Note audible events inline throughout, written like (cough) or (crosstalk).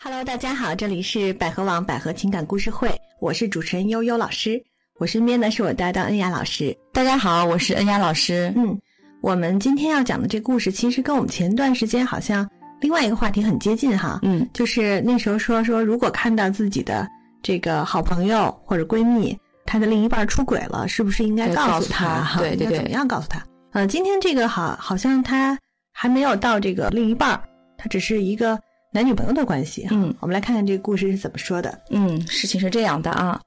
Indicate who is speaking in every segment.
Speaker 1: Hello，大家好，这里是百合网百合情感故事会，我是主持人悠悠老师。我身边呢是我搭档恩雅老师。
Speaker 2: 大家好，我是恩雅老师。
Speaker 1: 嗯，我们今天要讲的这故事，其实跟我们前段时间好像另外一个话题很接近哈。
Speaker 2: 嗯
Speaker 1: 就是那时候说说，如果看到自己的这个好朋友或者闺蜜，她的另一半出轨了，是不是应该
Speaker 2: 对
Speaker 1: 告
Speaker 2: 告
Speaker 1: 诉
Speaker 2: 诉
Speaker 1: 她？
Speaker 2: 她
Speaker 1: 哈
Speaker 2: 对
Speaker 1: 应
Speaker 2: 对
Speaker 1: 该
Speaker 2: 对
Speaker 1: 怎么样告诉她？嗯、今天这个好，好像她还没有到这个另一半儿，她只是一个男女朋友的关系哈。
Speaker 2: 嗯
Speaker 1: 我们来看看这个故事是怎么说的。
Speaker 2: 嗯，事情是这样的啊，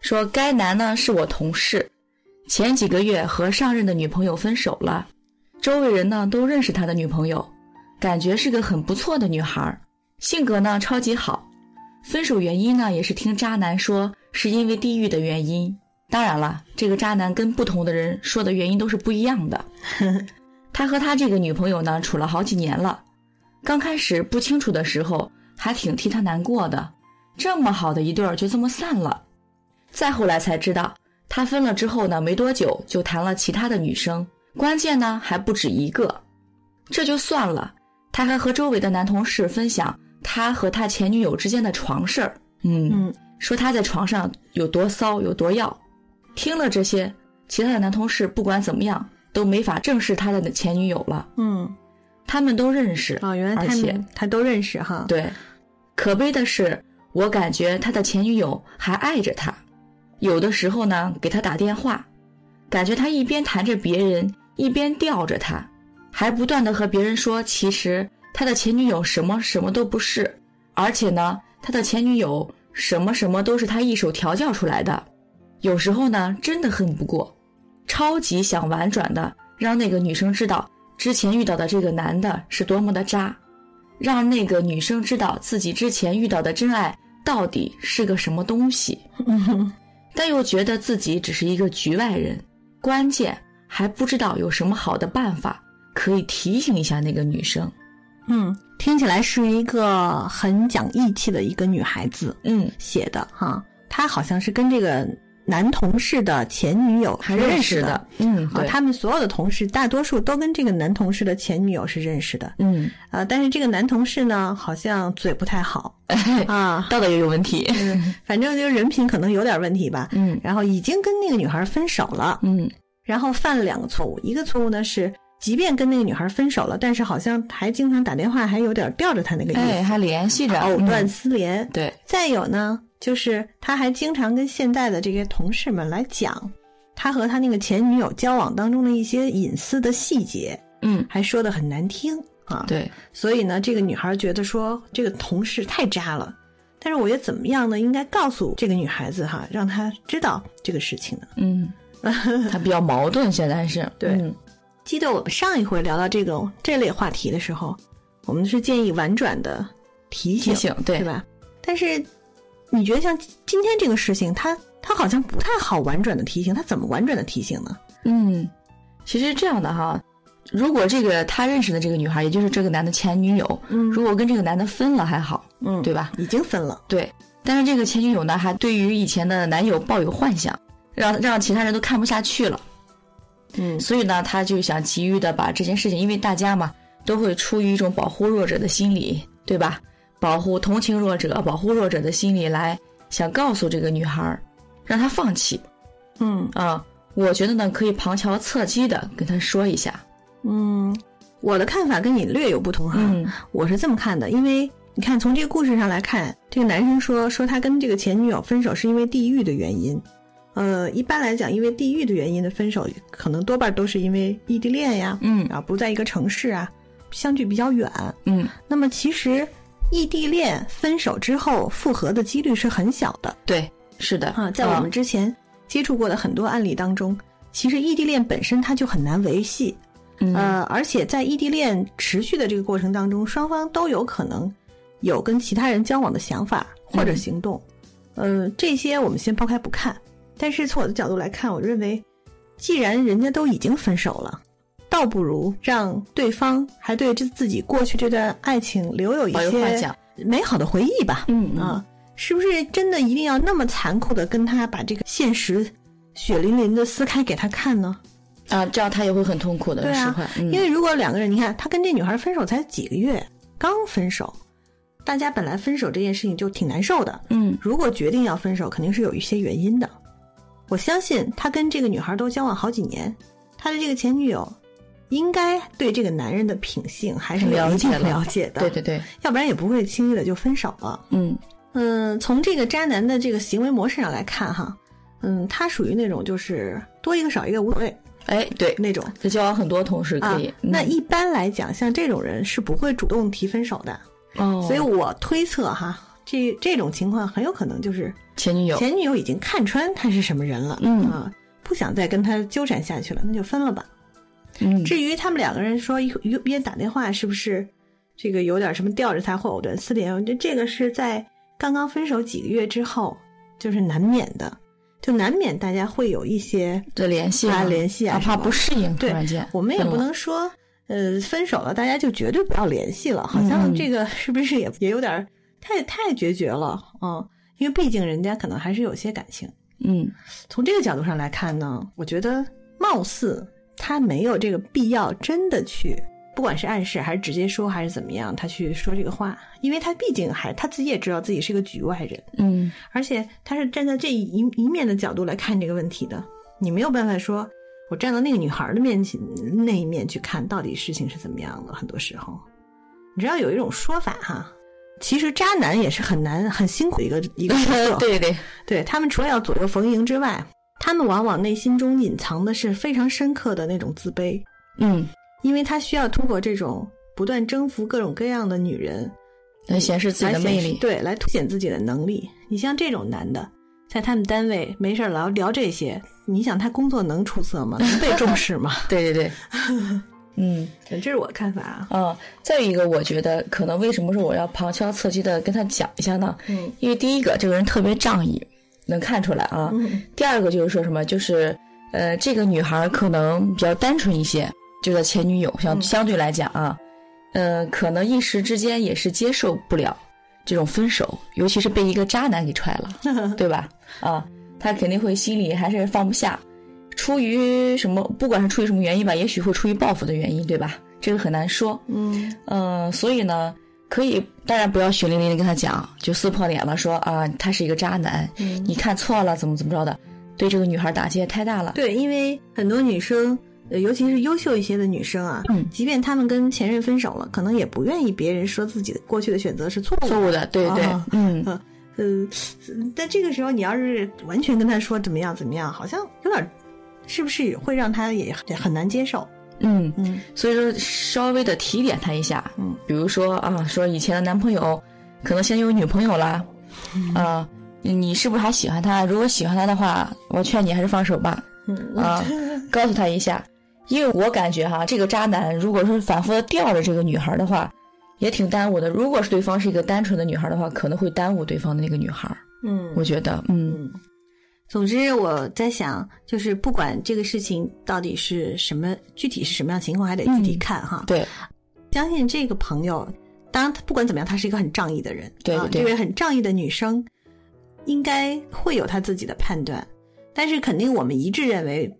Speaker 2: 说该男呢是我同事，前几个月和上任的女朋友分手了，周围人呢都认识他的女朋友，感觉是个很不错的女孩儿，性格呢超级好。分手原因呢也是听渣男说是因为地域的原因，当然了，这个渣男跟不同的人说的原因都是不一样的。他和他这个女朋友呢处了好几年了，刚开始不清楚的时候还挺替他难过的，这么好的一对儿就这么散了。再后来才知道，他分了之后呢，没多久就谈了其他的女生，关键呢还不止一个。这就算了，他还和周围的男同事分享他和他前女友之间的床事儿。嗯
Speaker 1: 嗯
Speaker 2: 说他在床上有多骚，有多要。听了这些，其他的男同事不管怎么样都没法正视他的前女友了，
Speaker 1: 嗯，
Speaker 2: 他们都认识。
Speaker 1: 哦，原来他
Speaker 2: 而且
Speaker 1: 们他都认识哈。
Speaker 2: 对，可悲的是，我感觉他的前女友还爱着他，有的时候呢给他打电话，感觉他一边谈着别人，一边吊着他，还不断的和别人说，其实他的前女友什么什么都不是，而且呢，他的前女友什么什么都是他一手调教出来的，有时候呢真的恨不过，超级想婉转的让那个女生知道之前遇到的这个男的是多么的渣。让那个女生知道自己之前遇到的真爱到底是个什么东 (laughs) 西，但又觉得自己只是一个局外人，关键还不知道有什么好的办法可以提醒一下那个女生。
Speaker 1: 嗯，听起来是一个很讲义气的一个女孩子
Speaker 2: 嗯，
Speaker 1: 写的哈。她好像是跟这个男同事的前女友
Speaker 2: 还
Speaker 1: 是认
Speaker 2: 识
Speaker 1: 的。
Speaker 2: 的，嗯，
Speaker 1: 啊，
Speaker 2: 对，
Speaker 1: 他们所有的同事大多数都跟这个男同事的前女友是认识的，
Speaker 2: (laughs) 嗯，
Speaker 1: 呃，但是这个男同事呢，好像嘴不太好啊，
Speaker 2: 哎
Speaker 1: 嗯
Speaker 2: 道德也有问题。
Speaker 1: 反正就是人品可能有点问题吧。
Speaker 2: 嗯
Speaker 1: 然后已经跟那个女孩分手了，
Speaker 2: 嗯，
Speaker 1: 然后犯了两个错误，一个错误呢是，即便跟那个女孩分手了，但是好像还经常打电话，还有点吊着她那个意思，
Speaker 2: (laughs) 哎，还联系着，
Speaker 1: 藕断
Speaker 2: 嗯
Speaker 1: 丝连。
Speaker 2: 对，
Speaker 1: 再有呢，就是他还经常跟现在的这些同事们来讲，他和他那个前女友交往当中的一些隐私的细节，
Speaker 2: 嗯，
Speaker 1: 还说的很难听啊。
Speaker 2: (laughs) 对，
Speaker 1: 所以呢，这个女孩觉得说这个同事太渣了。但是我觉得怎么样呢？应该告诉这个女孩子哈，让她知道这个事情呢。
Speaker 2: (laughs) 嗯，他比较矛盾，现在是
Speaker 1: 对
Speaker 2: 嗯
Speaker 1: 记得我们上一回聊到这种这类话题的时候，我们是建议婉转的提醒，
Speaker 2: 提醒，对
Speaker 1: 对吧？但是你觉得像今天这个事情，他他好像不太好婉转的提醒，他怎么婉转的提醒呢？
Speaker 2: 嗯，其实这样的哈，如果这个他认识的这个女孩，也就是这个男的前女友，
Speaker 1: 嗯
Speaker 2: 如果跟这个男的分了还好，
Speaker 1: 嗯，
Speaker 2: 对吧？
Speaker 1: 已经分了，
Speaker 2: 对，但是这个前女友呢，还对于以前的男友抱有幻想，让让其他人都看不下去了，
Speaker 1: 嗯
Speaker 2: 所以呢，他就想急于的把这件事情，因为大家嘛，都会出于一种保护弱者的心理，对吧？保护同情弱者、保护弱者的心理来想告诉这个女孩儿，让她放弃
Speaker 1: 嗯
Speaker 2: 啊。我觉得呢，可以旁敲侧击的跟她说一下，
Speaker 1: 嗯，我的看法跟你略有不同哈，
Speaker 2: 嗯。
Speaker 1: 我是这么看的，因为你看从这个故事上来看，这个男生说说他跟这个前女友分手是因为地域的原因。呃，一般来讲，因为地域的原因的分手，可能多半都是因为异地恋呀，
Speaker 2: 嗯
Speaker 1: 啊，不在一个城市啊，相距比较远，
Speaker 2: 嗯，
Speaker 1: 那么其实异地恋分手之后复合的几率是很小的
Speaker 2: 对，是的
Speaker 1: 啊，在我们
Speaker 2: 嗯
Speaker 1: 之前接触过的很多案例当中，其实异地恋本身它就很难维系，
Speaker 2: 嗯、
Speaker 1: 呃，而且在异地恋持续的这个过程当中，双方都有可能有跟其他人交往的想法或者
Speaker 2: 嗯
Speaker 1: 行动，呃，这些我们先抛开不看，但是从我的角度来看，我认为既然人家都已经分手了。倒不如让对方还对这自己过去这段爱情留有一
Speaker 2: 保有幻
Speaker 1: 些
Speaker 2: 想，
Speaker 1: 美好的回忆吧。
Speaker 2: 嗯
Speaker 1: 啊，是不是真的一定要那么残酷的跟他把这个现实血淋淋的撕开给他看呢？
Speaker 2: 啊，这样他也会很痛苦的，
Speaker 1: 对啊
Speaker 2: 是会，嗯
Speaker 1: 因为如果两个人，你看他跟这女孩分手才几个月，刚分手，大家本来分手这件事情就挺难受的，
Speaker 2: 嗯
Speaker 1: 如果决定要分手，肯定是有一些原因的。我相信他跟这个女孩都交往好几年，他的这个前女友应该对这个男人的品性还是有
Speaker 2: 了
Speaker 1: 一
Speaker 2: 解
Speaker 1: 定
Speaker 2: 了
Speaker 1: 了解的，
Speaker 2: 对对对，
Speaker 1: 要不然也不会轻易的就分手了。
Speaker 2: 嗯
Speaker 1: 嗯，从这个渣男的这个行为模式上来看，哈，嗯，他属于那种就是多一个少一个无所谓
Speaker 2: 哎对，
Speaker 1: 那种
Speaker 2: 这交往很多同事
Speaker 1: 啊
Speaker 2: 可以，。
Speaker 1: 那
Speaker 2: 嗯
Speaker 1: 一般来讲，像这种人是不会主动提分手的，
Speaker 2: 哦，
Speaker 1: 所以我推测哈，这这种情况很有可能就是
Speaker 2: 前女友
Speaker 1: 前女友已经看穿他是什么人了，
Speaker 2: 嗯
Speaker 1: 啊，不想再跟他纠缠下去了，那就分了吧。
Speaker 2: 嗯
Speaker 1: 至于他们两个人说一一边打电话是不是这个有点什么吊着他或藕断丝连，我觉得这个是在刚刚分手几个月之后，就是难免的，就难免大家会有一些
Speaker 2: 的联系
Speaker 1: 啊
Speaker 2: 吗
Speaker 1: 联系啊
Speaker 2: 怕
Speaker 1: 什么
Speaker 2: 不适应，突
Speaker 1: 对
Speaker 2: 然间嗯
Speaker 1: 我们也
Speaker 2: 分
Speaker 1: 不
Speaker 2: 了
Speaker 1: 能说，呃，分手了，大家就绝对不要联系了，好像
Speaker 2: 嗯
Speaker 1: 这个是不是也也有点儿太太决绝了？嗯，因为毕竟人家可能还是有些感情。
Speaker 2: 嗯
Speaker 1: 从这个角度上来看呢，我觉得貌似他没有这个必要真的去，不管是暗示还是直接说还是怎么样，他去说这个话，因为他毕竟还他自己也知道自己是个局外人，
Speaker 2: 嗯
Speaker 1: 而且他是站在这一一一面的角度来看这个问题的，你没有办法说，我站到那个女孩的面前那一面去看到底事情是怎么样的。很多时候，你知道有一种说法哈，其实渣男也是很难很辛苦的一个
Speaker 2: (laughs)
Speaker 1: 一个角色，
Speaker 2: 对对
Speaker 1: 对他们除了要左右逢迎之外，他们往往内心中隐藏的是非常深刻的那种自卑，
Speaker 2: 嗯，
Speaker 1: 因为他需要通过这种不断征服各种各样的女人，
Speaker 2: 能显示自己的
Speaker 1: 来
Speaker 2: 魅
Speaker 1: 显示
Speaker 2: 力，
Speaker 1: 对，来凸显自己的能力。你像这种男的，在他们单位没事儿老聊这些，你想他工作能出色吗？能被重视
Speaker 2: (laughs)
Speaker 1: 吗？(laughs)
Speaker 2: 对对对，嗯。
Speaker 1: 这是我的看法啊。
Speaker 2: 啊、再有一个，我觉得可能为什么说我要旁敲侧击的跟他讲一下呢？
Speaker 1: 嗯
Speaker 2: 因为第一个，这个人特别仗义，能看出来啊。
Speaker 1: 嗯
Speaker 2: 第二个就是说什么，就是呃，这个女孩可能比较单纯一些，就是前女友相、
Speaker 1: 嗯
Speaker 2: 相对来讲啊，呃，可能一时之间也是接受不了这种分手，尤其是被一个渣男给踹了。
Speaker 1: (laughs)
Speaker 2: 对吧？啊，他肯定会心里还是放不下，出于什么，不管是出于什么原因吧，也许会出于报复的原因，对吧？这个很难说。
Speaker 1: 嗯
Speaker 2: 嗯、所以呢，可以当然不要血淋淋的跟他讲，就撕破脸了，说啊，他是一个渣男，
Speaker 1: 嗯
Speaker 2: 你看错了，怎么怎么着的，对这个女孩打击也太大了。
Speaker 1: 对，因为很多女生，呃，尤其是优秀一些的女生啊，
Speaker 2: 嗯
Speaker 1: 即便她们跟前任分手了，可能也不愿意别人说自己的过去的选择是错误
Speaker 2: 错
Speaker 1: 的。
Speaker 2: 误的，对对，
Speaker 1: 啊
Speaker 2: 嗯，
Speaker 1: 嗯，但这个时候你要是完全跟她说怎么样怎么样，好像有点儿，是不是也会让她也也很难接受？
Speaker 2: 嗯，
Speaker 1: 嗯
Speaker 2: 所以说稍微的提点他一下，
Speaker 1: 嗯，
Speaker 2: 比如说啊，说以前的男朋友可能现在有女朋友啦，
Speaker 1: 嗯
Speaker 2: 啊、你是不是还喜欢他？如果喜欢他的话，我劝你还是放手吧，
Speaker 1: 嗯 (laughs)
Speaker 2: 啊，告诉他一下，因为我感觉哈，这个渣男如果是反复的吊着这个女孩的话，也挺耽误的。如果是对方是一个单纯的女孩的话，可能会耽误对方的那个女孩，
Speaker 1: 嗯
Speaker 2: 我觉得，嗯
Speaker 1: 嗯，总之我在想，就是不管这个事情到底是什么，具体是什么样情况，还得具体
Speaker 2: 嗯
Speaker 1: 看哈。
Speaker 2: 对，
Speaker 1: 相信这个朋友，当然他不管怎么样，她是一个很仗义的人。
Speaker 2: 对
Speaker 1: 啊
Speaker 2: 对对
Speaker 1: 这位很仗义的女生，应该会有她自己的判断，但是肯定我们一致认为，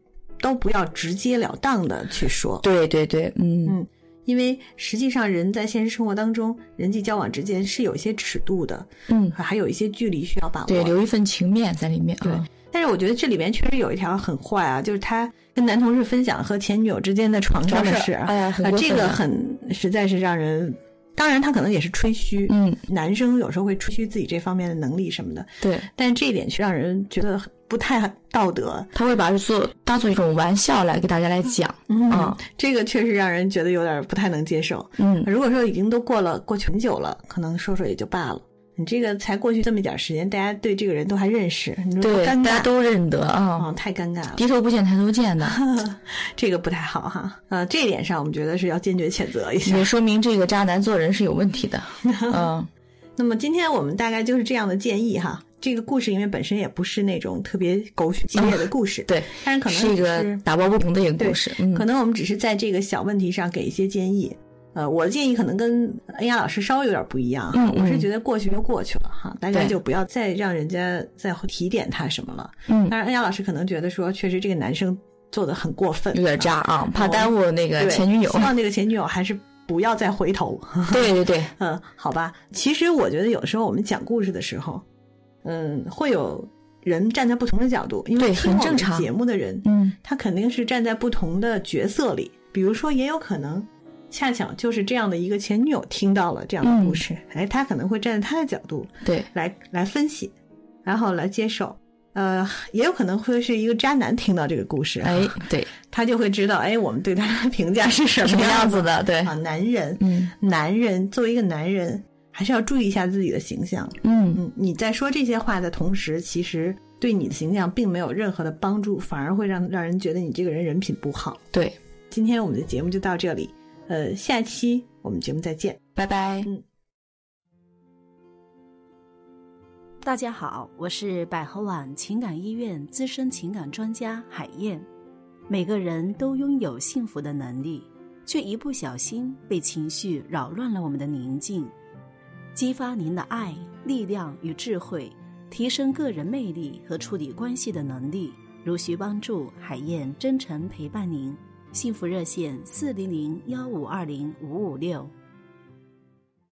Speaker 1: 都不要直截了当的去说，
Speaker 2: 对对对，嗯
Speaker 1: 嗯因为实际上人在现实生活当中，人际交往之间是有一些尺度的，
Speaker 2: 嗯，啊
Speaker 1: 还有一些距离需要把握。
Speaker 2: 对，留一份情面在里面啊，
Speaker 1: 对但是我觉得这里面确实有一条很坏啊，就是他跟男同事分享和前女友之间的床上的事，
Speaker 2: 哎呀，很
Speaker 1: 啊，
Speaker 2: 过
Speaker 1: 这
Speaker 2: 分
Speaker 1: 个
Speaker 2: 啊
Speaker 1: 很实在是让人，当然他可能也是吹嘘，
Speaker 2: 嗯，
Speaker 1: 男生有时候会吹嘘自己这方面的能力什么的，
Speaker 2: 对。
Speaker 1: 但这一点却让人觉得不太道德，
Speaker 2: 他会把这做当做一种玩笑来给大家来讲，
Speaker 1: 嗯
Speaker 2: 啊
Speaker 1: (laughs) 这个确实让人觉得有点不太能接受。
Speaker 2: 嗯，
Speaker 1: 如果说已经都过了过去很久了，可能说说也就罢了。你这个才过去这么一点时间，大家对这个人都还认识，你说多
Speaker 2: 对，
Speaker 1: 尴
Speaker 2: 大家
Speaker 1: 尬
Speaker 2: 都认得
Speaker 1: 啊、
Speaker 2: 啊，
Speaker 1: 太尴尬了。
Speaker 2: 低头不见抬头见 (laughs) 的，
Speaker 1: (laughs) 这个不太好哈。呃，这一点上我们觉得是要坚决谴责一下。
Speaker 2: 也说明这个渣男做人是有问题 (laughs) 的，嗯，
Speaker 1: 那么今天我们大概就是这样的建议哈。这个故事因为本身也不是那种特别狗血激烈的故事，
Speaker 2: 哦对，
Speaker 1: 但是可能
Speaker 2: 是一
Speaker 1: 只
Speaker 2: 个嗯打抱不平的一个故事，嗯，
Speaker 1: 可能我们只是在这个小问题上给一些建议。呃，我的建议可能跟恩雅老师稍微有点不一样哈，
Speaker 2: 嗯嗯
Speaker 1: 我是觉得过去就过去了哈，大家
Speaker 2: 对
Speaker 1: 就不要再让人家再提点他什么了。
Speaker 2: 嗯
Speaker 1: 但是恩雅老师可能觉得说，确实这个男生做的很过分，
Speaker 2: 有点
Speaker 1: 啊
Speaker 2: 渣啊，怕耽误那个
Speaker 1: 对
Speaker 2: 前女友
Speaker 1: 希，望那个前女友还是不要再回头。
Speaker 2: (laughs) 对对对，
Speaker 1: 嗯，好吧。其实我觉得有时候我们讲故事的时候，嗯，会有人站在不同的角度，因为
Speaker 2: 对
Speaker 1: 听
Speaker 2: 很
Speaker 1: 我
Speaker 2: 正
Speaker 1: 们
Speaker 2: 常
Speaker 1: 节目的人，
Speaker 2: (laughs) 嗯，
Speaker 1: 他肯定是站在不同的角色里。比如说，也有可能恰巧就是这样的一个前女友听到了这样的故事，
Speaker 2: 嗯
Speaker 1: 哎，他可能会站在他的角度
Speaker 2: 对，
Speaker 1: 来来分析，然后来接受。呃，也有可能会是一个渣男听到这个故事，
Speaker 2: 哎，对，
Speaker 1: 他就会知道，哎，我们对他的评价是什
Speaker 2: 什
Speaker 1: 么
Speaker 2: 么样
Speaker 1: 样
Speaker 2: 子的？对，
Speaker 1: 啊？男人，
Speaker 2: 嗯
Speaker 1: 男人作为一个男人，还是要注意一下自己的形象。
Speaker 2: 嗯，
Speaker 1: 嗯，你在说这些话的同时，其实对你的形象并没有任何的帮助，反而会让让人觉得你这个人人品不好。
Speaker 2: 对，
Speaker 1: 今天我们的节目就到这里，呃，下期我们节目再见。
Speaker 2: 拜拜。
Speaker 3: 大家好，我是百合网情感医院资深情感专家海燕。每个人都拥有幸福的能力，却一不小心被情绪扰乱了我们的宁静。激发您的爱、力量与智慧，提升个人魅力和处理关系的能力。如需帮助，海燕真诚陪伴您。幸福热线四零零幺五二零五五六。